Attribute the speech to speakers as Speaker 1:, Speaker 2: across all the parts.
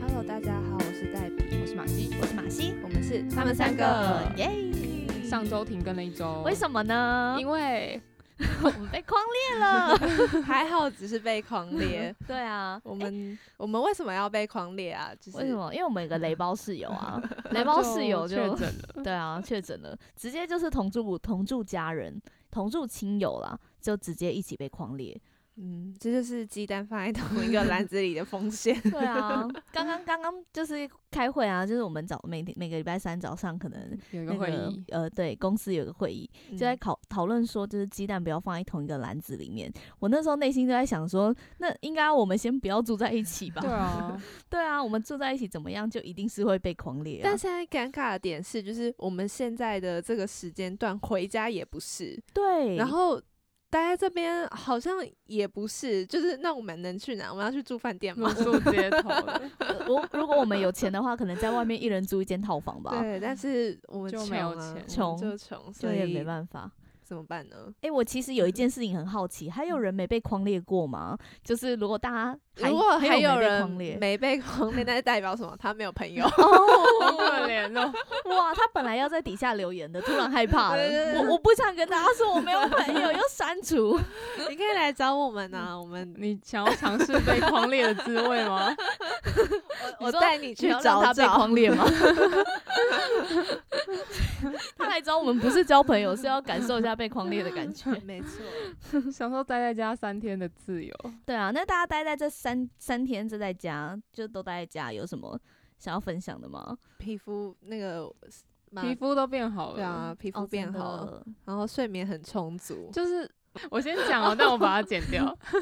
Speaker 1: Hello，大家好，我是黛比，
Speaker 2: 我是马西，
Speaker 3: 我是马西，
Speaker 1: 我们是
Speaker 2: 他们三个
Speaker 3: 耶！
Speaker 2: 上周停更了一周，
Speaker 3: 为什么呢？
Speaker 2: 因为
Speaker 3: 我们被框裂了。
Speaker 1: 还好，只是被狂猎。
Speaker 3: 对啊，
Speaker 1: 我们、我们为什么要被狂猎啊？就是
Speaker 3: 为什么？因为我们有个雷包室友啊，雷包室友
Speaker 2: 就
Speaker 3: 就
Speaker 2: 确诊了，
Speaker 3: 对啊，确诊了，直接就是同住同住家人、同住亲友啦，就直接一起被框裂。
Speaker 1: 嗯，这就是鸡蛋放在同一个篮子里的 风险。
Speaker 3: 对啊，刚刚刚刚就是开会啊，就是我们早每天每个礼拜三早上可能
Speaker 2: 有一
Speaker 3: 那
Speaker 2: 个会
Speaker 3: 个
Speaker 2: 议，
Speaker 3: 呃，对公司有个会议，就在讨讨论说，就是鸡蛋不要放在同一个篮子里面。我那时候内心就在想说，那应该我们先不要住在一起吧？
Speaker 2: 对啊，
Speaker 3: 对啊，我们住在一起怎么样，就一定是会被狂裂、啊。
Speaker 1: 但现在尴尬的点是，就是我们现在的这个时间段回家也不是，
Speaker 3: 对，
Speaker 1: 然后待在这边好像也不是，就是那我们能去哪？我们要去住饭店
Speaker 2: 露
Speaker 1: 吗？
Speaker 2: 宿街头 了
Speaker 3: 呃我如果我们有钱的话，可能在外面一人租一间套房吧，
Speaker 1: 对，但是我们
Speaker 2: 就
Speaker 1: 穷
Speaker 2: 没有
Speaker 1: 啊
Speaker 2: 钱
Speaker 1: 我们
Speaker 3: 穷
Speaker 1: 就穷，
Speaker 3: 这
Speaker 1: 所
Speaker 3: 也
Speaker 1: 以
Speaker 3: 没办法。
Speaker 1: 怎么办呢？
Speaker 3: 诶，我其实有一件事情很好奇，还有人没被框裂过吗？就是如果大家还
Speaker 1: 如果
Speaker 3: 还
Speaker 1: 有
Speaker 3: 有人被
Speaker 1: 人
Speaker 3: 框裂，
Speaker 1: 没被狂猎，那是代表什么？他没有朋 友。
Speaker 2: 好可怜哦，
Speaker 3: 哇，他本来要在底下留言的，突然害怕
Speaker 1: 对对
Speaker 3: 了。
Speaker 1: 对
Speaker 3: 我我不想跟大家说我没有朋友，又删除。
Speaker 1: 你可以来找我们呐、我 们
Speaker 2: 你想要尝试被框裂的滋味吗？
Speaker 3: 我
Speaker 1: 我
Speaker 3: 说
Speaker 1: 带你 去
Speaker 3: 你要让
Speaker 1: 找
Speaker 3: 他被
Speaker 1: 找。
Speaker 3: 狂裂 吗？他来找我们不是交朋友，是要感受一下被狂裂的感 觉。
Speaker 1: 没错，
Speaker 2: 享受待在家三天的自由，
Speaker 3: 对啊，那大家待在这三三天，就在家，就都待在家，有什么想要分享的吗？
Speaker 1: 皮肤那个嘛
Speaker 2: 皮肤都变好
Speaker 1: 啊对
Speaker 2: 了，
Speaker 1: 啊，皮
Speaker 3: 哦
Speaker 1: 肤变好了，
Speaker 3: 了，
Speaker 1: 然后睡眠很充足。
Speaker 2: 就是。我先讲 哦，但我把它剪掉。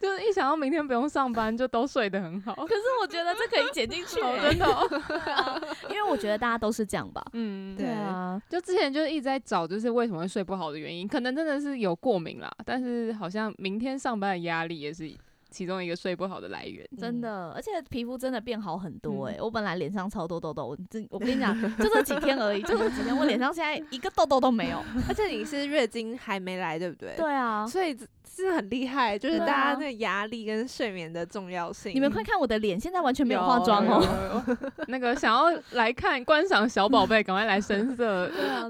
Speaker 2: 就是一想到明天不用上班，就都睡得很好。
Speaker 3: 可是我觉得这可以剪进去、
Speaker 2: 哦，真的哦、
Speaker 3: 对啊， 因为我觉得大家都是这样吧。
Speaker 2: 嗯，
Speaker 1: 对
Speaker 3: 啊，
Speaker 2: 就之前就是一直在找，就是为什么会睡不好的原因，可能真的是有过敏啦，但是好像明天上班的压力也是其中一个睡不好的来源。
Speaker 3: 真的，而且皮肤真的变好很多哎、
Speaker 2: 嗯
Speaker 3: 我本来脸上超多痘痘，我真我跟你讲，就这几天而已，就这几天，我脸上现在一个痘痘都没有。
Speaker 1: 而且你是月经还没来，对不对？
Speaker 3: 对啊，
Speaker 1: 所以这是很厉害，就是
Speaker 3: 对
Speaker 1: 大
Speaker 3: 啊
Speaker 1: 家那个压力跟睡眠的重要性。
Speaker 3: 你们快看我的脸，现在完全没
Speaker 1: 有
Speaker 3: 化妆
Speaker 1: 有
Speaker 3: 哦。
Speaker 2: 有有 有那个想要来看观赏小宝贝，赶快来深色。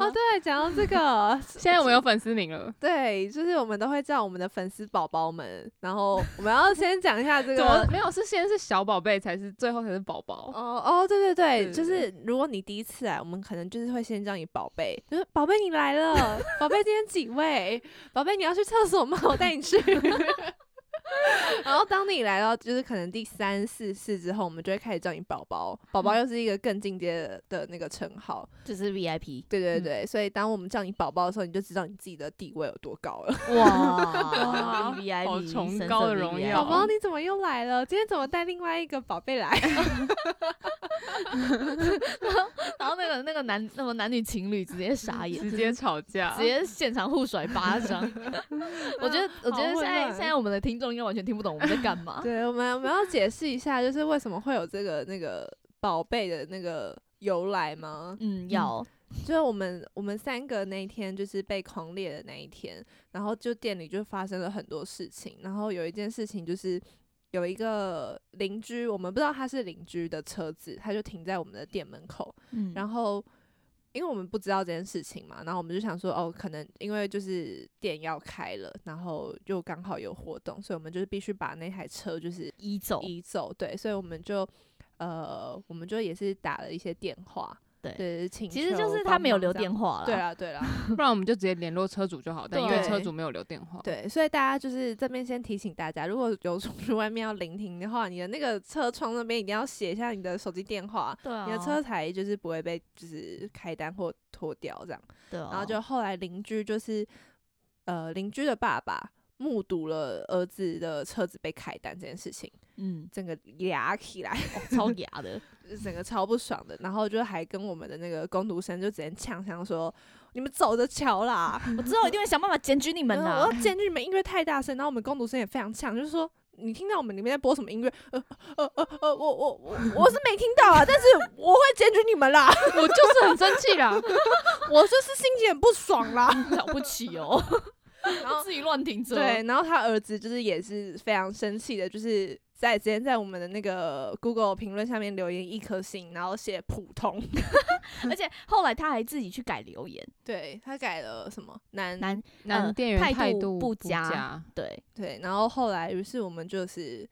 Speaker 1: 哦，对，讲到这个，
Speaker 2: 现在我们有粉丝名了，
Speaker 1: 对，就是我们都会叫我们的粉丝宝宝们，然后我们要先讲一下这
Speaker 2: 怎么
Speaker 1: 个。
Speaker 2: 没有？是先是小宝贝，才是最后才是宝宝。
Speaker 1: 哦哦，对对对，
Speaker 2: 对
Speaker 1: 就是如果你第一次来，我们可能就是会先叫你宝贝，就是宝贝你来 了，宝贝今天几位，宝贝你要去厕所吗？我带你去。 然后当你来到就是可能第三四次之后，我们就会开始叫你宝宝，宝宝又是一个更进阶的的那个称号，
Speaker 3: 就是 VIP
Speaker 1: 对对对，所以当我们叫你宝宝的时候，你就知道你自己的地位有多高了。
Speaker 3: 哇，VIP
Speaker 2: 好崇高的荣耀
Speaker 1: 宝宝你怎么又来了？今天怎么带另外一个宝贝来？
Speaker 3: 然后那个那个男那么男女情侣直接傻眼，
Speaker 2: 直接吵架，
Speaker 3: 直接现场互甩巴掌。我觉得我觉得
Speaker 1: 好
Speaker 3: 现
Speaker 1: 混
Speaker 3: 在
Speaker 1: 乱
Speaker 3: 现在我们的听众应该完全听不懂我们在干 嘛。
Speaker 1: 对，我们我们要解释一下，就是为什么会有这个那个宝贝的那个由来吗？
Speaker 3: 嗯，要
Speaker 1: 就是我们我们三个那一天就是被狂猎的那一天，然后就店里就发生了很多事情，然后有一件事情就是。有一个邻居，我们不知道他是邻居的车子，他就停在我们的店门口。
Speaker 3: 嗯，
Speaker 1: 然后，因为我们不知道这件事情嘛，然后我们就想说，哦，可能因为就是店要开了，然后又刚好有活动，所以我们就是必须把那台车就是
Speaker 3: 移走，
Speaker 1: 移走，对，所以我们就呃，我们就也是打了一些电话，
Speaker 3: 对
Speaker 1: 对，请
Speaker 3: 其实
Speaker 1: 求
Speaker 3: 就是
Speaker 1: 帮
Speaker 3: 他没有
Speaker 1: 忙
Speaker 3: 留
Speaker 1: 这样
Speaker 3: 电话了。
Speaker 1: 对，啊啦，对啦，
Speaker 2: 不然我们就直接联络车主就好。但因为
Speaker 3: 对
Speaker 2: 车主没有留电话，
Speaker 1: 对，所以大家就是这边先提醒大家，如果有出去外面要聆听的话，你的那个车窗那边一定要写一下你的手机电话，
Speaker 3: 对啊，
Speaker 1: 你的车才就是不会被就是开单或拖掉这样。
Speaker 3: 对啊，
Speaker 1: 然后就后来邻居就是呃邻居的爸爸。目睹了儿子的车子被开单这件事情，
Speaker 3: 嗯，
Speaker 1: 整个牙起来，
Speaker 3: 哦超嗲 的，
Speaker 1: 整个超不爽的，然后就还跟我们的那个工读生就直接呛呛说：“你们走着瞧啦！”
Speaker 3: 我之后一定会想办法检举你们啊
Speaker 1: 然
Speaker 3: 的。
Speaker 1: 后 我要检举你们啊音乐太大声。然后我们工读生也非常呛，就是说你听到我们里面在播什么音乐？呃呃呃呃，我我我我是没听到啊，但是我会检举你们啦，
Speaker 2: 我就是很生气啦。
Speaker 1: 我就是心情很不爽啦。
Speaker 3: 了不起哦，
Speaker 1: 然后
Speaker 3: 自己乱停车。
Speaker 1: 对，然后他儿子就是也是非常生气的，就是在直接在我们的那个 Google 评论下面留言一颗星，然后写普通。
Speaker 3: 而且后来他还自己去改留言，
Speaker 1: 对他改了什么男
Speaker 3: 男
Speaker 2: 男
Speaker 3: 呃
Speaker 2: 店员
Speaker 3: 态
Speaker 2: 态
Speaker 3: 度不
Speaker 2: 不
Speaker 3: 佳对，
Speaker 1: 对，然后后来于是我们就是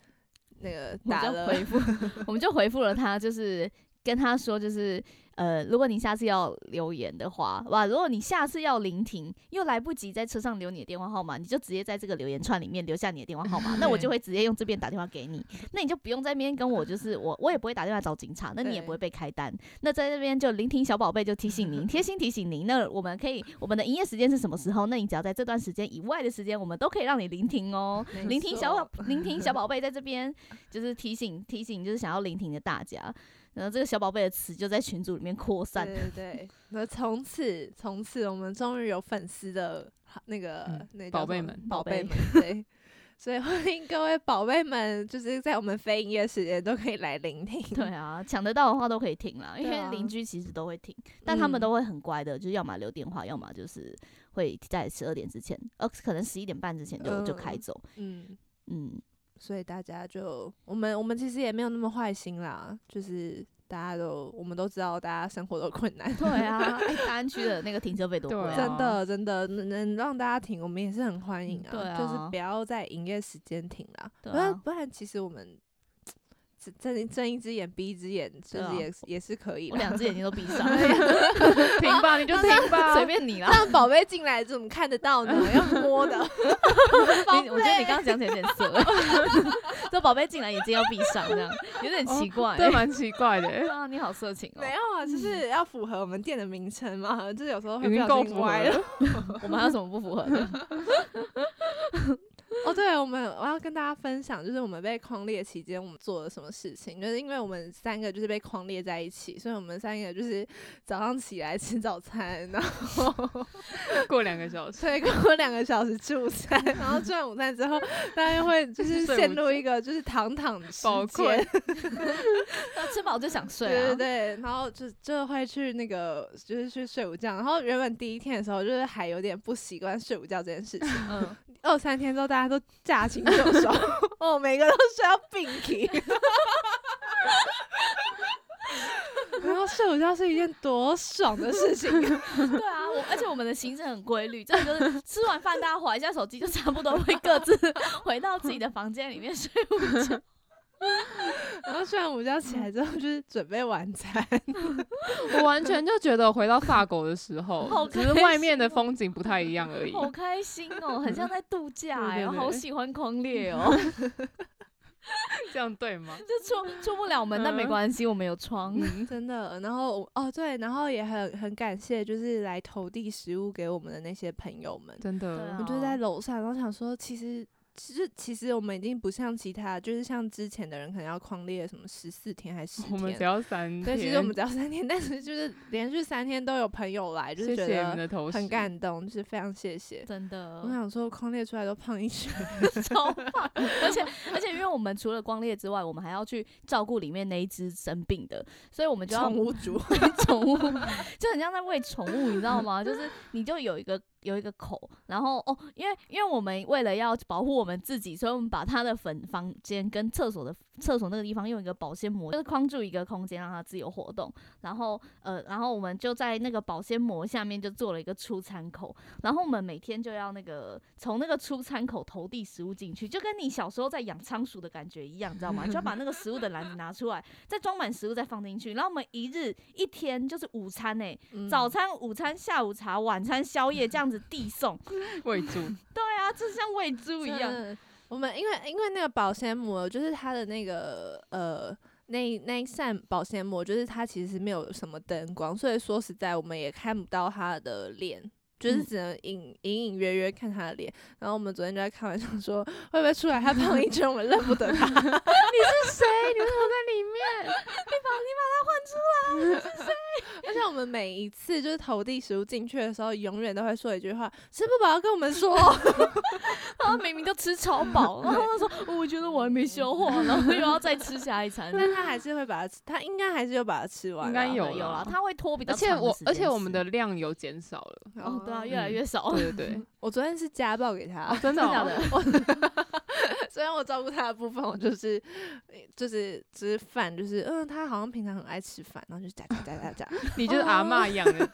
Speaker 1: 那个
Speaker 3: 我们
Speaker 1: 打
Speaker 3: 就
Speaker 1: 了
Speaker 3: 回复，我们就回复了他，就是跟他说，就是呃，如果你下次要留言的话，哇，如果你下次要聆听，又来不及在车上留你的电话号码，你就直接在这个留言串里面留下你的电话号码，那我就会直接用这边打电话给你，那你就不用在那边跟我，就是我我也不会打电话找警察，那你也
Speaker 1: 对
Speaker 3: 不会被开单，那在这边就聆听小宝贝就提醒您，贴心提醒您，那我们可以我们的营业时间是什么时候？那你只要在这段时间以外的时间，我们都可以让你聆听哦。
Speaker 1: 没
Speaker 3: 聆听小
Speaker 1: 错
Speaker 3: 宝，聆听小宝贝在这边就是提醒提醒，就是想要聆听的大家。然后这个小宝贝的词就在群组里面扩散
Speaker 1: 对，对对，那从此从此我们终于有粉丝的那个、
Speaker 2: 嗯
Speaker 1: 那
Speaker 2: 宝
Speaker 1: 叫
Speaker 2: 贝
Speaker 1: 什么
Speaker 2: 们
Speaker 1: 宝
Speaker 3: 宝贝
Speaker 1: 贝们对。所以欢迎各位宝贝们，就是在我们非营业时间都可以来聆听。
Speaker 3: 对啊，抢得到的话都可以听啦，因
Speaker 1: 对
Speaker 3: 为
Speaker 1: 啊
Speaker 3: 邻居其实都会听，但他们
Speaker 1: 嗯
Speaker 3: 都会很乖的，就要么留电话，要么就是会在十二点之前，呃，可能十一点半之前就就开
Speaker 1: 嗯
Speaker 3: 走。
Speaker 1: 嗯，
Speaker 3: 嗯，
Speaker 1: 所以大家就我们我们其实也没有那么坏心啦，就是大家都我们都知道大家生活都困难，
Speaker 3: 对啊，哎大安区的那个停车费多
Speaker 2: 对
Speaker 3: 贵
Speaker 2: 啊
Speaker 3: 啊，
Speaker 1: 真的真的能能让大家停，我们也是很欢迎啊，
Speaker 3: 嗯对
Speaker 1: 就是
Speaker 3: 啊
Speaker 1: 不要在营业时间停啦，
Speaker 3: 对
Speaker 1: 不然
Speaker 3: 啊
Speaker 1: 不然其实我们只睁睁一只眼闭一只眼，就
Speaker 3: 对啊
Speaker 1: 是也是也是可以
Speaker 3: 我
Speaker 1: 的。
Speaker 3: 两只眼睛都闭 上了，
Speaker 2: 停吧，你就停吧，
Speaker 3: 随便 你啦。
Speaker 1: 让宝贝进来怎么看得到呢？要摸 的。宝
Speaker 3: 你我觉得你
Speaker 1: 贝
Speaker 3: 刚刚讲起来有点 色，这宝贝进来眼睛要闭上，这样有点奇怪、。
Speaker 2: 对，蛮奇怪的
Speaker 3: 啊，你好色 情哦
Speaker 1: 没！有啊，就是要符合我们店的名称嘛，就是有时候会
Speaker 2: 已经
Speaker 1: 不小
Speaker 2: 够
Speaker 1: 心
Speaker 2: 符合
Speaker 1: 歪
Speaker 2: 了
Speaker 1: 了。，
Speaker 3: 我们还有什么不符合的？
Speaker 1: 哦，对，我们我要跟大家分享，就是我们被框列期间我们做了什么事情，就是因为我们三个就是被框列在一起，所以我们三个就是早上起来吃早餐，然后
Speaker 2: 过两个小时，
Speaker 1: 所以过两个小时吃午餐，然后吃完午餐之后，大家会就是
Speaker 2: 睡午
Speaker 1: 陷入一个 就是躺躺的时
Speaker 2: 宝
Speaker 1: 间
Speaker 2: 贵，
Speaker 3: 吃饱就想睡
Speaker 1: 对
Speaker 3: 啊！
Speaker 1: 对对，然后就就会去那个就是去睡午觉，然后原本第一天的时候就是还有点不习惯睡午觉这件事情，
Speaker 3: 嗯，
Speaker 1: 二三天之后大家都驾轻就熟，哦，每个都睡到病体。 然后睡午觉是一件多爽的事情，
Speaker 3: 对啊，我而且我们的行程很规律，真的就是吃完饭大家划一下手机，就差不多会各自回到自己的房间里 面睡午觉。
Speaker 1: 然后睡完午觉起来之后就是准备晚餐，
Speaker 2: 我完全就觉得我回到法国的时
Speaker 3: 好
Speaker 2: 候，
Speaker 3: 开
Speaker 2: 只
Speaker 3: 心
Speaker 2: 是外面的风景不太一样而已。
Speaker 3: 好开心哦，很像在度假
Speaker 2: 对
Speaker 3: 哎、
Speaker 2: 对
Speaker 3: 我
Speaker 2: 对
Speaker 3: 好喜欢狂烈 哦！
Speaker 2: 这样对吗？
Speaker 3: 就出出不了门，但没关系，我们有窗。
Speaker 1: 真的。然后我哦对，然后也很很感谢就是来投递食物给我们的那些朋友们，
Speaker 2: 真
Speaker 3: 对
Speaker 2: 的
Speaker 3: 啊
Speaker 1: 我就在楼上，然后想说，其实其实其实我们已经不像其他，就是像之前的人可能要框列什么十四天还是十
Speaker 2: 我们只
Speaker 1: 天。
Speaker 2: 要三
Speaker 1: 对，
Speaker 2: 天。
Speaker 1: 其实我们只要三天，但是就是连续三天都有朋友来，就是
Speaker 2: 谢
Speaker 1: 觉
Speaker 2: 谢你们
Speaker 1: 得
Speaker 2: 的嗯投食
Speaker 1: 很感动，就是非常谢谢。
Speaker 3: 真
Speaker 1: 我
Speaker 3: 的，
Speaker 1: 想说，框列出来都胖一 圈，
Speaker 3: 超棒！而且而且，因为我们除了光烈之外，我们还要去照顾里面那一只生病的，所以我们就要
Speaker 1: 宠物主
Speaker 3: 宠物，就很像在喂宠物，你知道吗？就是你就有一个有一个口，然后哦，因为因为我们为了要保护我们自己，所以我们把它的粉房间跟厕所的厕所那个地方用一个保鲜膜，就是框住一个空间让它自由活动。然后呃，然后我们就在那个保鲜膜下面就做了一个出餐口，然后我们每天就要那个从那个出餐口投递食物进去，就跟你小时候在养仓鼠的感觉一样，你知道吗？就要把那个食物的篮子拿出来，再装满食物再放进去，然后我们一日一天就是午餐呢、欸
Speaker 1: 嗯
Speaker 3: 早餐、午餐、下午茶、晚餐、宵夜这样子递 送。
Speaker 2: 喂猪，
Speaker 3: 对啊，就像喂猪
Speaker 1: 不
Speaker 3: 一样。。
Speaker 1: 嗯我们因为因为那个保鲜膜，就是它的那个呃。那那一扇保鲜膜，就是它其实没有什么灯光，所以说实在我们也看不到他的脸，就是
Speaker 3: 嗯
Speaker 1: 只能隐隐隐约约看他的脸。然后我们昨天就在开玩笑说，会不会出来他胖一圈，我们认不 得他？
Speaker 2: 是谁？你为什么在里面？
Speaker 1: 而且我们每一次就是投递食物进去的时候，永远都会说一句话：“吃不饱要跟我 们说。
Speaker 3: 然后明明都吃超饱， 然后他说、哦我觉得我还没消化，然后又要再吃下一” 餐。
Speaker 1: 但他还是会把它吃，他应该还是有把它吃完啦。
Speaker 2: 应该
Speaker 3: 有
Speaker 2: 有
Speaker 3: 有啦
Speaker 2: 啦，
Speaker 3: 他会拖比较
Speaker 2: 而且
Speaker 3: 长的
Speaker 2: 我
Speaker 3: 时，间
Speaker 2: 而且我们
Speaker 3: 吃
Speaker 2: 的量有减少 了。
Speaker 3: 哦，对啊，越来
Speaker 2: 嗯
Speaker 3: 越少。
Speaker 2: 对对对，
Speaker 1: 我昨天是家暴给他，
Speaker 2: 真的
Speaker 3: 真的假
Speaker 2: 哦
Speaker 3: 的，
Speaker 1: 所以让我照顾他的部分，我就是就是吃饭，就是嗯，他好像平常很爱吃饭，然后就夹夹夹夹夹，
Speaker 2: 你就是阿嬷养的，
Speaker 1: 哦，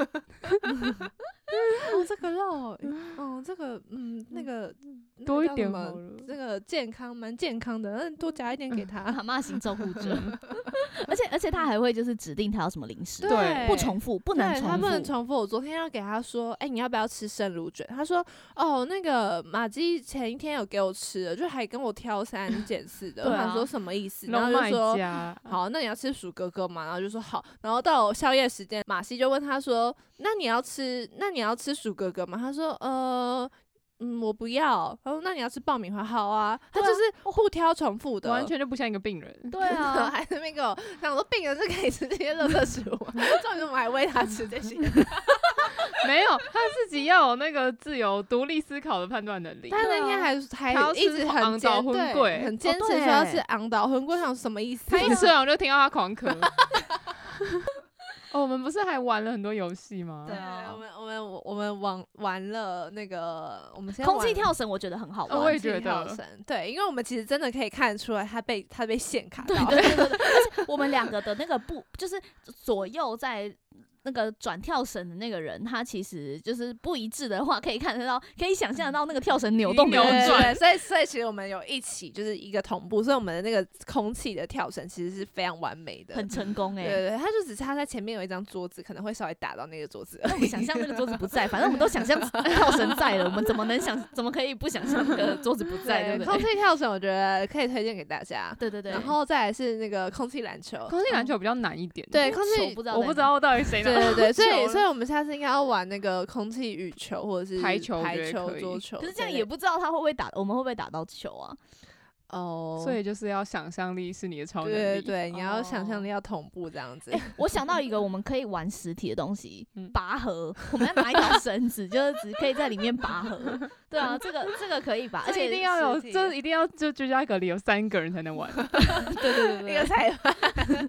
Speaker 1: 这个肉，哦，这个嗯，那个那
Speaker 2: 多
Speaker 1: 个
Speaker 2: 一
Speaker 1: 叫什
Speaker 2: 点
Speaker 1: 么
Speaker 2: 好了
Speaker 1: 这个健康蛮健康的，嗯，多夹一点给他，
Speaker 3: 阿 妈型照顾者， 而且而且他还会就是指定他要什么零食，
Speaker 2: 对
Speaker 3: 不重复，不能
Speaker 1: 对
Speaker 3: 重复，
Speaker 1: 他不能重复。我昨天要给他说，哎、你要不要吃生乳卷？他说，哦，那个马基前一天有给我吃的，就还跟我挑三 拣四的。
Speaker 3: 对啊
Speaker 1: 我想说什么意思？然
Speaker 2: 龙
Speaker 1: 后就
Speaker 2: 卖
Speaker 1: 说，
Speaker 2: 家，
Speaker 1: 好，那你要吃鼠哥哥嘛？然后就说好。然后到我宵夜时间，马西就问他说，那你要吃，那你要吃鼠哥哥吗？他说，呃。嗯，我不要。然后那你要吃爆米花，好啊。他
Speaker 3: 对啊
Speaker 1: 就是互挑重复的，
Speaker 2: 完全就不像一个病人。
Speaker 3: 对 啊，
Speaker 1: 还是那个想说病人是可以吃这些垃圾食物吗， 重点是我们还喂他吃这 些。
Speaker 2: 啊没有，他自己要有那个自由、独立思考的判断能力。
Speaker 1: 他那天还
Speaker 2: 他
Speaker 1: 还
Speaker 2: 要
Speaker 1: 一
Speaker 2: 吃
Speaker 1: 直
Speaker 2: 昂
Speaker 1: 很
Speaker 2: 岛
Speaker 1: 坚
Speaker 2: 荤
Speaker 1: 对
Speaker 2: 桂哦欸
Speaker 1: 很坚持
Speaker 3: 对
Speaker 1: 说要吃昂岛荤桂，我想什么意 思？
Speaker 2: 他一吃完我就听到他狂咳。哦，我们不是还玩了很多游戏吗？
Speaker 1: 对
Speaker 3: 对啊
Speaker 1: 我们我们我我们玩玩了那个我们现在
Speaker 3: 空气
Speaker 1: 玩
Speaker 3: 跳绳我觉得很好
Speaker 2: 哦我
Speaker 3: 玩
Speaker 2: 也。觉得
Speaker 1: 空气跳绳对，因为我们其实真的可以看出来他被他被线卡
Speaker 3: 对
Speaker 1: 到，
Speaker 3: 对对对对，而且我们两个的那个不就是左右在那个转跳绳的那个人，他其实就是不一致的话，可以看得到，可以想象得到那个跳绳扭动的
Speaker 2: 扭
Speaker 3: 感觉
Speaker 2: 转
Speaker 1: 对，所以所以其实我们有一起就是一个同步，所以我们的那个空气的跳绳其实是非常完美的，
Speaker 3: 很成功哎、
Speaker 1: 对对对，他就只差在前面有一张桌子，可能会稍微打到那个桌子而
Speaker 3: 那我们
Speaker 1: 已。
Speaker 3: 想象那个桌子不在，反正我们都想象跳绳在了，我们怎么能想，怎么可以不想象那个桌子不在，对不
Speaker 1: 空
Speaker 3: 对？
Speaker 1: 气跳绳我觉得可以推荐给大家，
Speaker 3: 对对对，
Speaker 1: 然后再来是那个空气篮球，
Speaker 2: 空气篮球比较难一点。
Speaker 1: 哦对
Speaker 3: 那
Speaker 1: 空
Speaker 3: 嗯球
Speaker 1: 气
Speaker 3: 不知道
Speaker 2: 我
Speaker 3: 在
Speaker 2: 不知
Speaker 3: 哪
Speaker 2: 道到底谁拿
Speaker 1: 对对对，所
Speaker 2: 球
Speaker 1: 以
Speaker 2: 了
Speaker 1: 所以我们下次应该要玩那个空气羽球或者是
Speaker 2: 排球我觉
Speaker 1: 排
Speaker 2: 得
Speaker 1: 球
Speaker 2: 可、以
Speaker 1: 桌球之类的，
Speaker 3: 可是这样也不知道他会不会打，我们会不会打到球啊？
Speaker 1: 哦，
Speaker 2: 所以就是要想象力是你的超能
Speaker 1: 对对
Speaker 2: 力。
Speaker 1: 对，你要想
Speaker 3: 哦
Speaker 1: 象力要同步这样子。
Speaker 3: 我想到一个我们可以玩实体的东西
Speaker 2: 嗯，
Speaker 3: 拔河。我们要拿一条绳子，就是只可以在里面拔河。对啊，这个这个可以吧？而
Speaker 2: 而且
Speaker 3: 且
Speaker 2: 一定要有，
Speaker 1: 实体
Speaker 2: 这一定要就居家隔离有三个人才 能玩，
Speaker 3: 对对对
Speaker 1: 一
Speaker 3: 对
Speaker 1: 个
Speaker 3: 对，
Speaker 1: 裁判，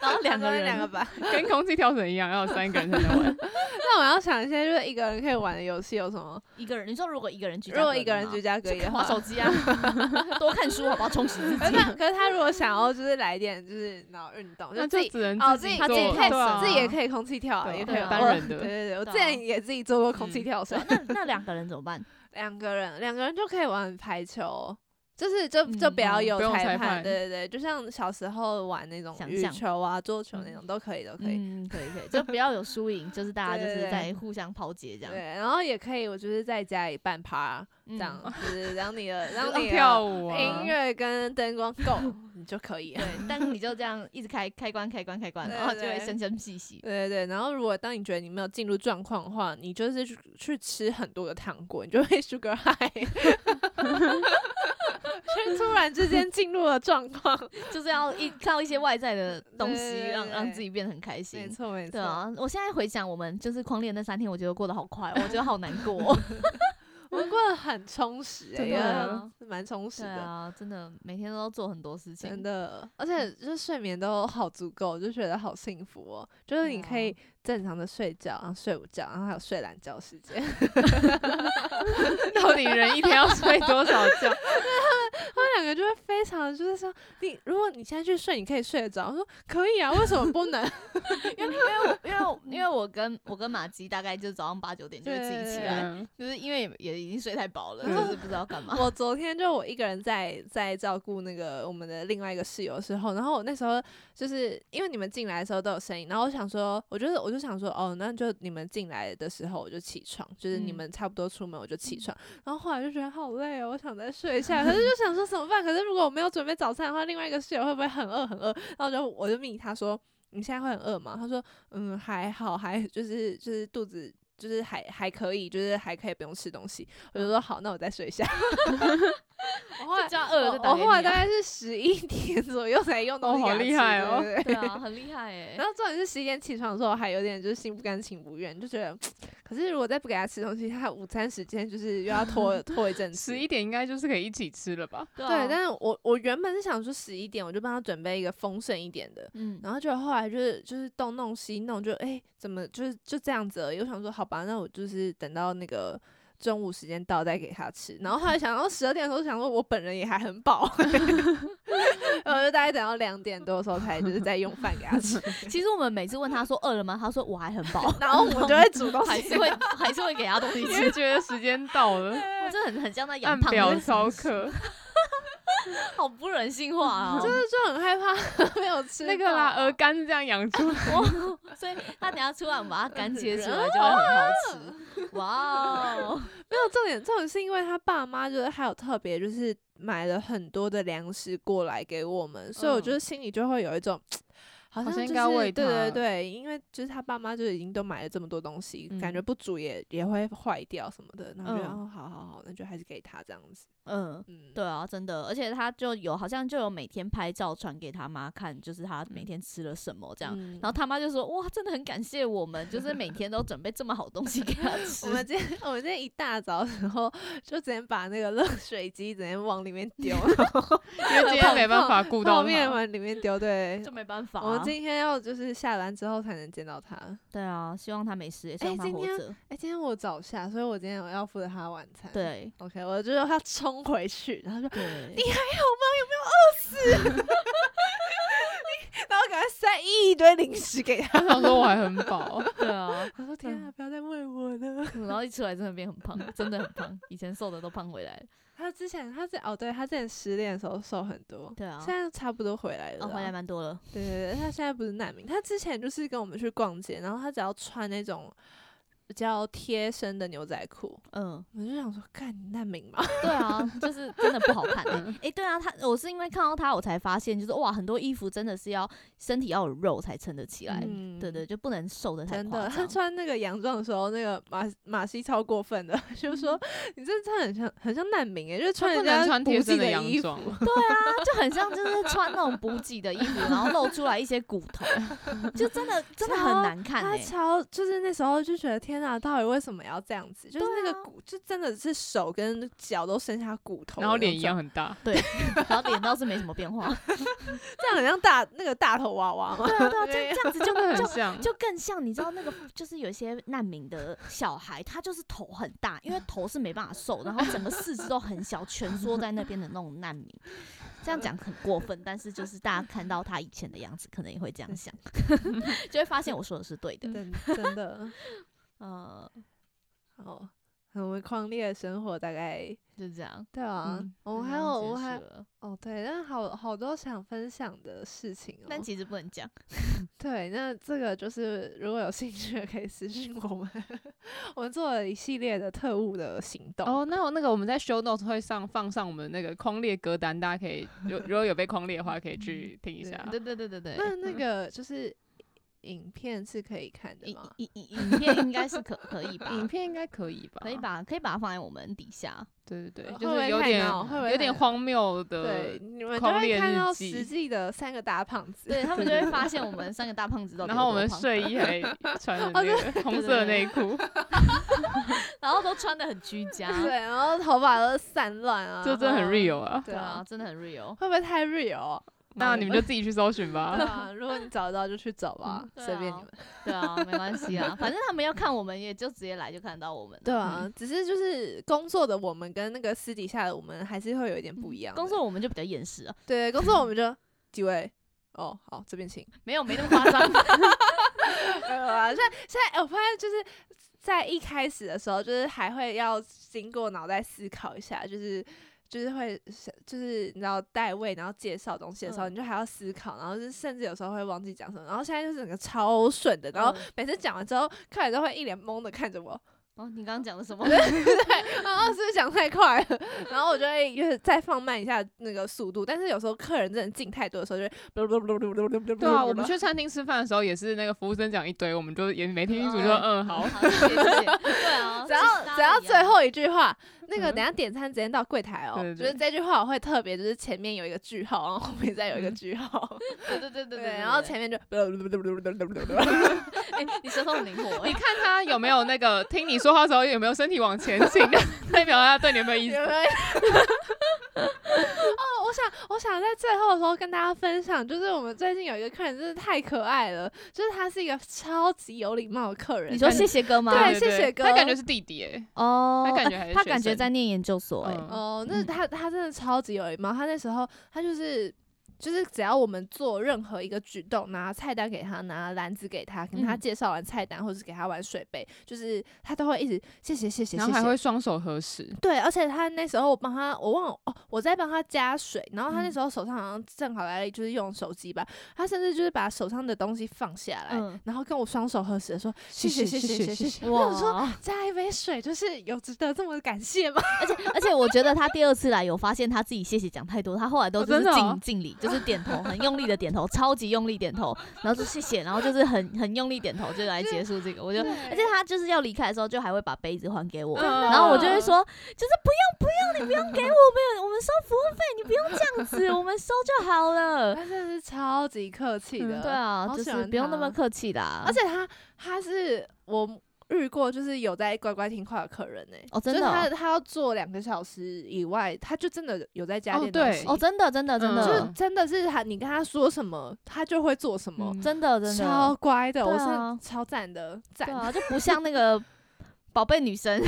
Speaker 3: 然后两个人
Speaker 1: 两个吧。
Speaker 2: 跟空气跳绳一样，要有三个人才能玩。
Speaker 1: 那我要想一下，就是一个人可以玩的游戏有什么？
Speaker 3: 一个人。你说如果一个人居家隔
Speaker 1: 如
Speaker 3: 离吗，
Speaker 1: 果一个人居家隔离的
Speaker 3: 划
Speaker 1: 话，
Speaker 3: 手机啊， 多看书好不好？充实 自
Speaker 1: 可是
Speaker 3: 己。
Speaker 1: 他可是他如果想要就是来一点就是脑运动，
Speaker 2: 那
Speaker 1: 自
Speaker 2: 就
Speaker 1: 己
Speaker 2: 只能
Speaker 1: 哦
Speaker 2: 自
Speaker 1: 自己
Speaker 2: 做，
Speaker 1: 自己
Speaker 2: 对
Speaker 1: 跳
Speaker 2: 啊
Speaker 1: 绳，自己也可以空气跳啊，
Speaker 2: 对
Speaker 1: 也
Speaker 2: 啊
Speaker 1: 可以
Speaker 3: 对啊
Speaker 1: 玩
Speaker 2: 单人
Speaker 1: 对
Speaker 2: 的。
Speaker 1: 对对，我之
Speaker 3: 对啊
Speaker 1: 前也自己做过空气
Speaker 2: 嗯
Speaker 1: 跳绳，
Speaker 3: 那那两个人怎么办？
Speaker 1: 两个人，两个人就可以玩排球，就是就就
Speaker 3: 嗯
Speaker 1: 不要
Speaker 3: 哦
Speaker 1: 有
Speaker 2: 不用
Speaker 1: 裁
Speaker 2: 裁判
Speaker 1: 对对对，就像小时候玩那种
Speaker 3: 想
Speaker 1: 羽
Speaker 3: 象
Speaker 1: 球啊、桌球那
Speaker 3: 嗯
Speaker 1: 种都可以，都可以。
Speaker 3: 嗯，可以可以，就不要有输赢，就是大家就是
Speaker 1: 对对对
Speaker 3: 在互相抛接这样
Speaker 1: 对，。然后也可以，我就是在家里办趴，
Speaker 3: 嗯
Speaker 1: 这样就是让你的让
Speaker 2: 让
Speaker 1: 你的
Speaker 2: 跳舞啊，
Speaker 1: 音乐跟灯光够，你就可以。
Speaker 3: 对，但你就这样一直开开关开关开关，
Speaker 1: 对
Speaker 3: 然后就会
Speaker 1: 对
Speaker 3: 生生细细。
Speaker 1: 对对对，然后如果当你觉得你没有进入状况的话，你就是去去吃很多个糖果，你就会 sugar high，就突然之间进入了状况。
Speaker 3: 就是要一看到一些外在的东
Speaker 1: 对
Speaker 3: 西，
Speaker 1: 对
Speaker 3: 让
Speaker 1: 对
Speaker 3: 让自己变得很开
Speaker 1: 没
Speaker 3: 心。
Speaker 1: 错没
Speaker 3: 对
Speaker 1: 错，
Speaker 3: 啊，我现在回想我们就是狂恋那三天，我觉得过得好快、哦，我觉得好难 过、哦。
Speaker 1: 我们过得很充实、欸，
Speaker 2: 真
Speaker 1: 也
Speaker 2: 的
Speaker 3: 啊
Speaker 1: 是蛮充实
Speaker 3: 对
Speaker 1: 的，
Speaker 3: 啊，真的每天都要做很多事情，
Speaker 1: 真的。嗯而且就是睡眠都好足够，就觉得好幸福哦。就是你可
Speaker 3: 对啊
Speaker 1: 以正常的睡觉，然后睡午觉，然后还有睡懒觉时 间。
Speaker 2: 到底人一天要 睡多少觉？
Speaker 1: 他们两个就会非常的就是说，你如果你现在去睡，你可以睡得着。我说可以啊，为什么不能？
Speaker 3: 因为因为我因为我因为我跟我跟马基大概就早上八九点就会自己起
Speaker 1: 对嗯
Speaker 3: 来，
Speaker 2: 嗯
Speaker 3: 就是因为也也已经睡太饱了，就是不知道干 嘛。
Speaker 1: 我昨天就我一个人在在照顾那个我们的另外一个室友的时候，然后我那时候就是因为你们进来的时候都有声音，然后我想说，我就是我就想说，哦，那就你们进来的时候我就起床，就是你
Speaker 3: 嗯
Speaker 1: 们差不多出门我就起床，然后后来就觉得好累哦，我想再睡一下，可是就想说怎么办？可是如果我没有准备早餐的话，另外一个室友会不会很饿很饿？然后我就我就命他说。你现在会很饿吗？他说，嗯，还好，还 就是就是肚子就是还还可以，就是还可以不用吃东西。我就说好，那我再睡一下。我后来
Speaker 3: 就要饿了就
Speaker 1: 我
Speaker 3: 打
Speaker 1: 我
Speaker 3: 给
Speaker 1: 后来
Speaker 3: 你
Speaker 1: 大
Speaker 3: 啊、
Speaker 1: 概是十一 点左右才用到那
Speaker 2: 哦
Speaker 1: 个
Speaker 2: 好
Speaker 1: 牙
Speaker 2: 厉
Speaker 1: 齿
Speaker 2: 害
Speaker 1: 对
Speaker 2: 哦
Speaker 1: 对对
Speaker 3: 对啊，很厉害哎、
Speaker 1: 然后重点是十一点起床的时候，我还有点就是心不甘情不愿，就觉得，可是如果再不给他吃东西，他午餐时间就是又要拖拖一阵子。
Speaker 2: 十一点应该就是可以一起吃了吧？
Speaker 3: 对
Speaker 1: 对，
Speaker 3: 啊，
Speaker 1: 但是我我原本是想说十一点，我就帮他准备一个丰盛一点的，
Speaker 3: 嗯，
Speaker 1: 然后就后来就是就是东弄西弄，就哎、诶怎么就是就这样子而已。我想说好吧，那我就是等到那个中午时间到再给他吃。然后后来想到十二点的时候，想说我本人也还很 饱，然后我就大概等到两点多的时候才就是再用饭给他 吃。
Speaker 3: 其实我们每次问他说饿了吗，他说我还很饱，
Speaker 1: 然后我就会主动
Speaker 3: 还是会还是会给他东 西
Speaker 2: 因
Speaker 3: 吃
Speaker 2: 为，觉得时间到了，
Speaker 3: 我真的很很像在养
Speaker 2: 按
Speaker 3: 胖的
Speaker 2: 表
Speaker 3: 人，
Speaker 2: 操课。
Speaker 3: 好不人性化 啊、
Speaker 1: 真的就很害怕 没有吃
Speaker 2: 那个 啦，鹅肝是这样养出来，
Speaker 3: 哦， 所以他等下出来，我们把它干切出来就会很好吃。 哇哦，
Speaker 1: 没有重点，重点是因为他爸妈就是还有特别就是买了很多的粮食过来给我们，所以我
Speaker 2: 嗯
Speaker 1: 就是心里就会有一种。好像
Speaker 2: 像应
Speaker 1: 就
Speaker 2: 该
Speaker 1: 是
Speaker 2: 喂
Speaker 1: 对对
Speaker 2: 他
Speaker 1: 对，因为就是他爸妈就已经都买了这么多东西，感觉
Speaker 2: 嗯
Speaker 1: 不煮也也会坏掉什么的，然后觉得、
Speaker 2: 嗯
Speaker 1: 哦好好好，那就还是给他这样子，
Speaker 3: 嗯，
Speaker 1: 嗯，
Speaker 3: 对啊，真的，而且他就有好像就有每天拍照传给他妈看，就是他每天吃了什么这样。
Speaker 1: 嗯
Speaker 3: 然后他妈就说：“哇，真的很感谢我们，就是每天都准备这么好东西给他吃
Speaker 1: 我。们今天我们今天一大早的时候就直接把那个热水机直接往里面丢，
Speaker 2: 因为今 天没办法顾到
Speaker 1: 泡
Speaker 2: 它
Speaker 1: 面往里面丢，” 对
Speaker 3: 就，没办法、
Speaker 1: 我们
Speaker 3: 啊，
Speaker 1: 今天要就是下班之后才能见到他。
Speaker 3: 对啊，希望他没事，也希
Speaker 1: 哎
Speaker 3: 望他
Speaker 1: 今
Speaker 3: 活
Speaker 1: 天
Speaker 3: 着。
Speaker 1: 哎、今天我早下，所以我今天我要负责他的晚餐。
Speaker 3: 对
Speaker 1: ，OK，我就让他冲回去，然后 说，
Speaker 3: 对，
Speaker 1: 然后赶快塞一堆零食给他。
Speaker 2: 他想 说我还很 饱，
Speaker 3: 对啊，
Speaker 1: 我说天啊，不要再喂我了。
Speaker 3: 然后一出来真的变很胖，真的很胖，以前瘦的都胖回来了。
Speaker 1: 他之前，他之前哦，对他之前失恋的时候瘦很多，
Speaker 3: 对啊
Speaker 1: 现，在差不多哦回来了
Speaker 3: 哦，
Speaker 1: 啦。
Speaker 3: 回来蛮多了。
Speaker 1: 对对对，他现在不是难民，他之前就是跟我们去逛街，然后他只要穿那种比较贴身的牛仔裤，
Speaker 3: 嗯，
Speaker 1: 我就想说，干你难民嘛。
Speaker 3: 对啊，就是真的不好看、欸。哎、对啊，他我是因为看到他，我才发现，就是哇，很多衣服真的是要身体要有肉才撑得起来。
Speaker 1: 嗯
Speaker 3: 对对，就不能瘦的太
Speaker 1: 真
Speaker 3: 夸
Speaker 1: 的，他
Speaker 3: 张。
Speaker 1: 穿那个洋装的时候，那个马马西超过分的， 就说
Speaker 3: 嗯
Speaker 1: 你这真的很像很像难民诶、欸就是穿
Speaker 2: 不
Speaker 1: 人
Speaker 2: 能
Speaker 1: 家
Speaker 2: 穿
Speaker 1: 补
Speaker 2: 贴
Speaker 1: 给
Speaker 2: 身的洋
Speaker 1: 衣服，
Speaker 2: 装，
Speaker 3: 对啊，就很像就是穿那种补给的衣服，然后露出来一些骨头，就真的真的很
Speaker 1: 超
Speaker 3: 难看
Speaker 1: 他
Speaker 3: 哎、
Speaker 1: 超就是那时候就觉得天啊，到底为什么要这样子？就是
Speaker 3: 对
Speaker 1: 那
Speaker 3: 啊
Speaker 1: 个骨，就真的是手跟脚都剩下骨头，
Speaker 2: 然后脸一样，很大，
Speaker 3: 然后脸倒是没什么变化。
Speaker 1: 这样很像大那个大头娃娃 嘛。
Speaker 3: 对啊对啊，这这样子 就
Speaker 2: 真的
Speaker 3: 就
Speaker 2: 很像。
Speaker 3: 就更像你知道那个，就是有些难民的小孩，他就是头很大，因为头是没办法瘦，然后整个四肢都很小，蜷缩在那边的那种难民。这样讲很过分，但是就是大家看到他以前的样子，可能也会这样 想，就会发现我说的是对的。
Speaker 1: 真真的，
Speaker 3: 呃，
Speaker 1: 哦，我们狂烈的生活大概
Speaker 3: 就这样。
Speaker 1: 对啊，
Speaker 2: 嗯
Speaker 1: 我
Speaker 3: 就这
Speaker 1: 们还有
Speaker 3: 样
Speaker 1: 我们
Speaker 3: 结
Speaker 1: 还
Speaker 3: 束了
Speaker 1: 哦对，但好好多想分享的事情哦。
Speaker 3: 但其实不能讲。
Speaker 1: 对，那这个就是如果有兴趣的可以私信我们， 我们做了一系列的特务的行动。
Speaker 2: 哦，那我那个我们在 show notes 会上放上我们那个框列歌单，大家可以如如果有被框列的话，可以去听一下。
Speaker 3: 对对对对对
Speaker 1: 那那个就是影片是可以看的
Speaker 3: 影
Speaker 1: 吗？
Speaker 3: 影影影片应该是可可以吧？
Speaker 2: 影片应该可以吧？
Speaker 3: 可以？吧？可以把它放在我们底下。
Speaker 2: 对对对，
Speaker 1: 会
Speaker 2: 就
Speaker 1: 不
Speaker 2: 是
Speaker 1: 会
Speaker 2: 有
Speaker 1: 太
Speaker 2: 点
Speaker 1: 闹会不会
Speaker 2: 有
Speaker 1: 太
Speaker 2: 点
Speaker 1: 闹
Speaker 2: 荒谬的
Speaker 1: 对，，你们就
Speaker 2: 狂
Speaker 1: 会
Speaker 2: 猎
Speaker 1: 看
Speaker 2: 日
Speaker 1: 到
Speaker 2: 记
Speaker 1: 实际的三个大胖子。
Speaker 3: 对他们就会发现我们三个大胖子都比
Speaker 2: 然后我
Speaker 3: 多
Speaker 2: 们
Speaker 3: 胖
Speaker 2: 睡衣还穿着那个红色的内裤，
Speaker 3: 然后都穿的很居家，
Speaker 1: 对，然后头发都散乱啊，
Speaker 2: 这真的很
Speaker 1: 然后
Speaker 2: real 啊！
Speaker 1: 对
Speaker 3: 啊
Speaker 1: 啊，，
Speaker 3: 真的很 real。
Speaker 1: 会不会太 real？啊
Speaker 2: 那你们就自己去搜寻
Speaker 1: 对
Speaker 2: 吧。
Speaker 1: 啊，嗯如果你找得到就去找吧，
Speaker 3: 对
Speaker 1: 随便你
Speaker 3: 啊
Speaker 1: 们。
Speaker 3: 对啊，没关系啊，反正他们要看我们，也就直接来就看到我们了。
Speaker 1: 对啊，只是就是工作的我们跟那个私底下的我们还是会有一点不一样
Speaker 3: 嗯
Speaker 1: 的。
Speaker 3: 工作我们就比较厌世啊，
Speaker 1: 对，工作我们就几位。哦，好，这边请。
Speaker 3: 没有没 那么夸张。
Speaker 1: 嗯没有啊，现在现在我发现就是在一开始的时候，就是还会要经过脑袋思考一下，就是就是会想就是你知道代位，然后介绍东西的时候，
Speaker 3: 嗯
Speaker 1: 你就还要思考，然后就是甚至有时候会忘记讲什么。然后现在就是整个超顺的，然后每次讲完之后，客人都会一脸懵的看着我，
Speaker 3: 哦，你刚刚讲的什么？
Speaker 1: 然后是不是讲太快了？ 然后我就会就是再放慢一下那个速度，但是有时候客人真的进太多的时候，就会
Speaker 2: 对啊，我们去餐厅吃饭的时候也是那个服务生讲一堆，我们就也没听清楚，就说嗯好。
Speaker 3: 好，谢谢谢谢。对啊，
Speaker 1: 只要只要最后一句话，那个
Speaker 2: 嗯
Speaker 1: 等下点餐直接到柜台哦、
Speaker 2: 对对
Speaker 1: 就是这句话我会特别，就是前面有一个句号，然后后面再有一个句号，
Speaker 3: 对对对嗯对对，
Speaker 1: 然后前 面就，
Speaker 3: 哎，你舌头很灵活， 欸
Speaker 2: 你看他有没有那个听你说话的时候有没有身 体往前倾，代表他对你有没有意
Speaker 1: 有
Speaker 2: 思
Speaker 1: 没有？哦，我想我想在最后的时候跟大家分享，就是我们最近有一个客人真的太可爱了，就是他是一个超级有礼貌的客人。
Speaker 3: 你说
Speaker 1: 但
Speaker 3: 谢谢哥吗？
Speaker 2: 对
Speaker 1: 对谢谢哥
Speaker 2: 他感觉是弟弟哎，
Speaker 3: 哦，
Speaker 2: 他感
Speaker 3: 呃
Speaker 2: 觉还是
Speaker 3: 他
Speaker 2: 学
Speaker 3: 感觉
Speaker 2: 生
Speaker 3: 在念研究所哎、
Speaker 2: 嗯
Speaker 1: 哦，那
Speaker 3: 嗯
Speaker 1: 他他真的超级有礼貌。他那时候他就是就是只要我们做任何一个举动，拿菜单给他，拿篮子给他，跟他
Speaker 2: 嗯
Speaker 1: 介绍完菜单，或是给他玩水杯，就是他都会一直谢谢谢谢谢
Speaker 2: 然后还
Speaker 1: 谢。
Speaker 2: 会双手合十，
Speaker 1: 对，而且他那时候我帮他，我忘了哦，我在帮他加水，然后他那
Speaker 2: 嗯
Speaker 1: 时候手上好像正好来了，就是用手机吧，他甚至就是把手上的东西放下来，
Speaker 3: 嗯
Speaker 1: 然后跟我双手合十地说谢谢
Speaker 2: 谢谢
Speaker 1: 谢谢
Speaker 2: 谢
Speaker 1: 谢
Speaker 2: 谢
Speaker 1: 谢。
Speaker 2: 谢
Speaker 1: 我想说
Speaker 3: 哇！
Speaker 1: 加一杯水，就是有值得这么感谢吗？
Speaker 3: 而且而且，我觉得他第二次来有发现他自己谢谢讲太多，他后来都
Speaker 2: 哦
Speaker 3: 就是
Speaker 2: 真的
Speaker 3: 敬、
Speaker 2: 哦
Speaker 3: 敬礼，就是点头，很用力的点 头，超级用力点头，然后就谢谢，然后就是很很用力点头就来结束这个，我就。而且他就是要离开的时候，就还会把杯子还给我，
Speaker 2: 嗯
Speaker 3: 然后我就会说，就是不用不用，你不用给我们，我们收服务费，你不用这样子，我们收就好了。
Speaker 1: 他真的是超级客气的、
Speaker 3: 嗯对啊，
Speaker 1: 好
Speaker 3: 就
Speaker 1: 喜
Speaker 3: 是
Speaker 1: 欢
Speaker 3: 不用那么
Speaker 1: 他
Speaker 3: 客气啦。
Speaker 1: 而且他他是我遇过就是有在乖乖听话的客人呢、欸
Speaker 3: 哦真
Speaker 1: 就是
Speaker 3: 的哦
Speaker 1: 他他要做两个小时以外，他就真的有在家
Speaker 2: 哦
Speaker 1: 练东
Speaker 2: 对
Speaker 1: 西，
Speaker 3: 哦，真的真的真
Speaker 2: 嗯
Speaker 1: 就
Speaker 3: 的，
Speaker 1: 是真的是他你跟他说什么，他就会做什么，
Speaker 2: 嗯
Speaker 3: 真的真的
Speaker 1: 超乖的，
Speaker 3: 对
Speaker 1: 我
Speaker 3: 啊
Speaker 1: 是超赞的赞
Speaker 3: 对。啊，就不像那个宝贝女生，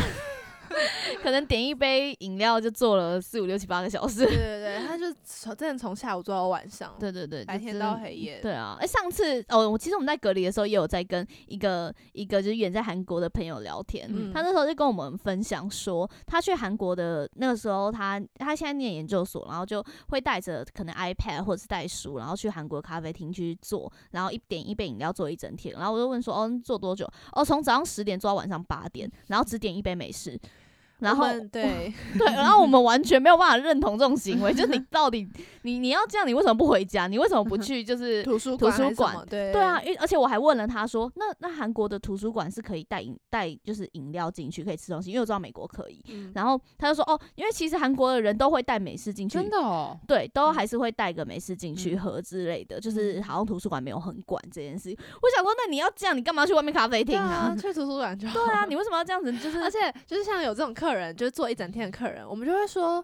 Speaker 3: 可能点一杯饮料就坐了四五六七八个小时。
Speaker 1: 对对对，他就从真的从下午做到晚上，
Speaker 3: 对对对，
Speaker 1: 白
Speaker 3: 就
Speaker 1: 天
Speaker 3: 是
Speaker 1: 到黑夜。
Speaker 3: 对啊，哎、上次哦，我其实我们在隔离的时候也有在跟一个一个就是远在韩国的朋友聊天，
Speaker 1: 嗯
Speaker 3: 他那时候就跟我们分享说，他去韩国的那个时候他，他现在念研究所，然后就会带着可能 iPad 或者是带书，然后去韩国咖啡厅去做，然后一点一杯饮料做一整天，然后我就问说，哦，你做多久？哦，从早上十点做到晚上八点，然后只点一杯美式。然后
Speaker 1: 我们对，
Speaker 3: 对，然后我们完全没有办法认同这种行为，就是你到底你你要这样，你为什么不回家？你为什么 不去？就是
Speaker 1: 图书
Speaker 3: 图
Speaker 1: 馆还
Speaker 3: 书
Speaker 1: 是什
Speaker 3: 馆
Speaker 1: 么对
Speaker 3: 对啊，因为而且我还问了他说，那那韩国的图书馆是可以带饮带就是饮料进去可以吃东西，因为我知道美国可以。
Speaker 1: 嗯
Speaker 3: 然后他就说哦，因为其实韩国的人都会带美式进去，
Speaker 2: 真的哦，
Speaker 3: 对，都
Speaker 2: 嗯
Speaker 3: 还是会带个美式进去
Speaker 2: 嗯
Speaker 3: 喝之类的，就是
Speaker 2: 嗯
Speaker 3: 好像图书馆没有很管这件事。我想说，那你要这样，你干嘛去外面咖啡
Speaker 1: 对
Speaker 3: 厅
Speaker 1: 啊，
Speaker 3: 啊？
Speaker 1: 去图书馆就
Speaker 3: 对啊，你为什么要这样子？就是
Speaker 1: 而且就是像有这种客人，就是做一整天的客人，我们就会说、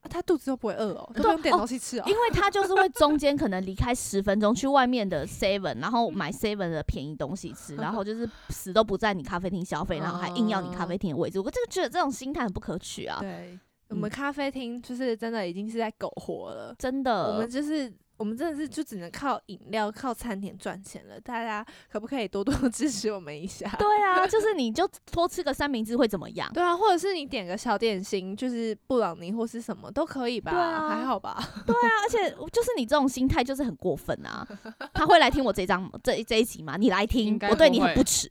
Speaker 1: 啊他肚子又不会饿哦，他不用点东西吃哦。
Speaker 3: 因为他就是会中间可能离开十分钟去外 面的 Seven，然后
Speaker 2: 嗯
Speaker 3: 买 Seven 的便宜东西吃，然后就是死都不在你咖啡厅消费，
Speaker 2: 哦
Speaker 3: 然后还硬要你咖啡厅的位置。我这个觉得这种心态很不可取啊，
Speaker 1: 对，我们咖啡厅就是真的已经是在苟活了，
Speaker 3: 真
Speaker 1: 我们
Speaker 3: 的。
Speaker 1: 就是。我们真的是就只能靠饮料、靠餐点赚钱了，大家可不可以多 多支持我们一下？
Speaker 3: 对啊，就是你就多吃个三明治会怎 么样？
Speaker 1: 对啊，或者是你点个小点心，就是布朗尼或是什么都可以吧，
Speaker 3: 对啊
Speaker 1: 还好吧？
Speaker 3: 对啊，而且就是你这种心态就是很过分啊！他会来听我这 一张这这一集吗？你来听
Speaker 2: 应，该
Speaker 3: 我对你
Speaker 2: 不会
Speaker 3: 很不耻，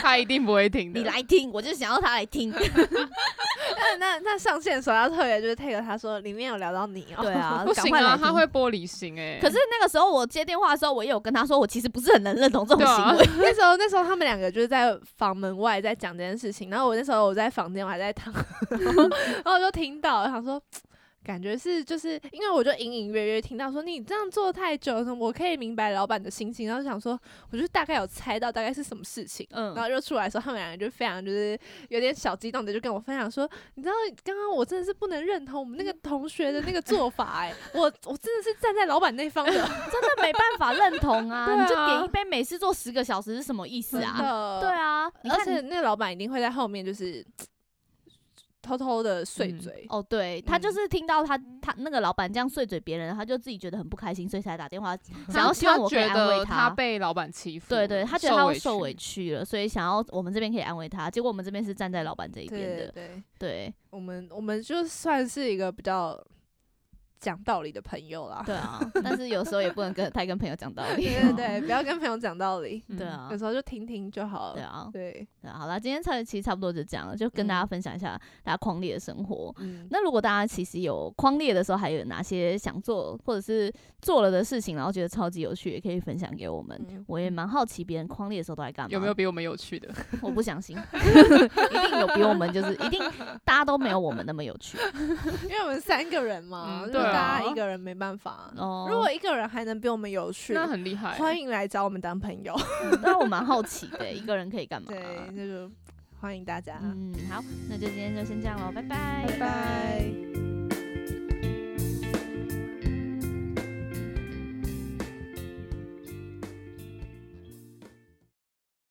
Speaker 2: 他一定不会听的。
Speaker 3: 你来听，我就想要他来听。
Speaker 1: 那那那上线的时候要特别就是 take 他说里面有聊到你哦，
Speaker 3: 对啊，
Speaker 2: 不
Speaker 3: 赶
Speaker 2: 行
Speaker 3: 快来
Speaker 2: 啊，
Speaker 3: 听
Speaker 2: 他会玻璃心哎。
Speaker 3: 可是那个时候我接电话的时候，我也有跟他说，我其实不是很能认同这种
Speaker 2: 对啊
Speaker 3: 行为。
Speaker 1: 那时候，那时候他们两个就是在房门外在讲这件事情，然后我那时候我在房间，我还在躺， 然后我就听到，我想说。感觉是就是因为我就隐隐约约听到说你这样做太久了，我可以明白老板的心情，然后就想说，我就大概有猜到大概是什么事情，
Speaker 3: 嗯
Speaker 1: 然后就出来的时候，他们两个就非常就是有点小激动的，就跟我分享说，你知道刚刚我真的是不能认同我们 那个同学的那个做法、欸，我我真的是站在老板那方的，
Speaker 3: 真的没办法认同 啊！
Speaker 2: 对啊
Speaker 3: 你就点一杯美式做十个小时是什么意思
Speaker 1: 真
Speaker 3: 啊？
Speaker 1: 的，
Speaker 3: 对啊，你
Speaker 1: 而且
Speaker 3: 看。
Speaker 1: 那个老板一定会在后面就是偷偷的碎
Speaker 2: 嗯
Speaker 1: 嘴。
Speaker 3: 哦，对他
Speaker 1: 嗯
Speaker 3: 就是听到他他那个老板这样碎嘴别人，他就自己觉得很不开心，所以才打电 话
Speaker 2: 他
Speaker 3: 想要希望我可以
Speaker 2: 他觉
Speaker 3: 安慰
Speaker 2: 得
Speaker 3: 他
Speaker 2: 他被老板欺负，
Speaker 3: 对对，他觉得他会受委
Speaker 2: 屈。
Speaker 3: 屈了，所以想要我们这边可以安慰他，结果我们这边是站在老板这一边
Speaker 1: 对
Speaker 3: 的，
Speaker 1: 对，
Speaker 3: 对
Speaker 1: 我们我们就算是一个比较讲道理的朋友 啦。
Speaker 3: 对 啊，但是有时候也不能跟太跟朋友讲道理，
Speaker 1: 对对对，不要跟朋友讲道理，
Speaker 2: 嗯
Speaker 3: 对，啊
Speaker 1: 有，时候就听听就好
Speaker 3: 对
Speaker 1: 了。
Speaker 3: 啊，
Speaker 1: 对，
Speaker 3: 对啊好啦，今天差其实差不多就这样了，就跟大家
Speaker 1: 嗯
Speaker 3: 分享一下大家狂烈的生活，
Speaker 1: 嗯，
Speaker 3: 那如果大家其实有框列的时候，还有哪些想做或者是做了的事情，然后觉得超级有趣，也可以分享给我们。
Speaker 1: 嗯
Speaker 3: 我也蛮好奇别人框列的时候都在干嘛。
Speaker 2: 嗯有没有？比我们有趣的？
Speaker 3: 我不相信， 一定有比我们就是一定大家都没有我们那么有 趣。
Speaker 1: 因为我们三个人嘛，
Speaker 2: 嗯
Speaker 1: 就
Speaker 2: 对
Speaker 1: 是
Speaker 2: 啊
Speaker 1: 大家一个人没办法。
Speaker 3: 哦，
Speaker 1: 如果一个人还能比我们有趣，
Speaker 2: 那很欸厉害。
Speaker 1: 欢迎来找我们当朋友。
Speaker 3: 嗯那我蛮好奇的，一个人可以干嘛？嗯
Speaker 1: 对，啊那就欢迎大家。
Speaker 3: 嗯，好，那就今天就先这样喽，拜拜
Speaker 1: 拜拜。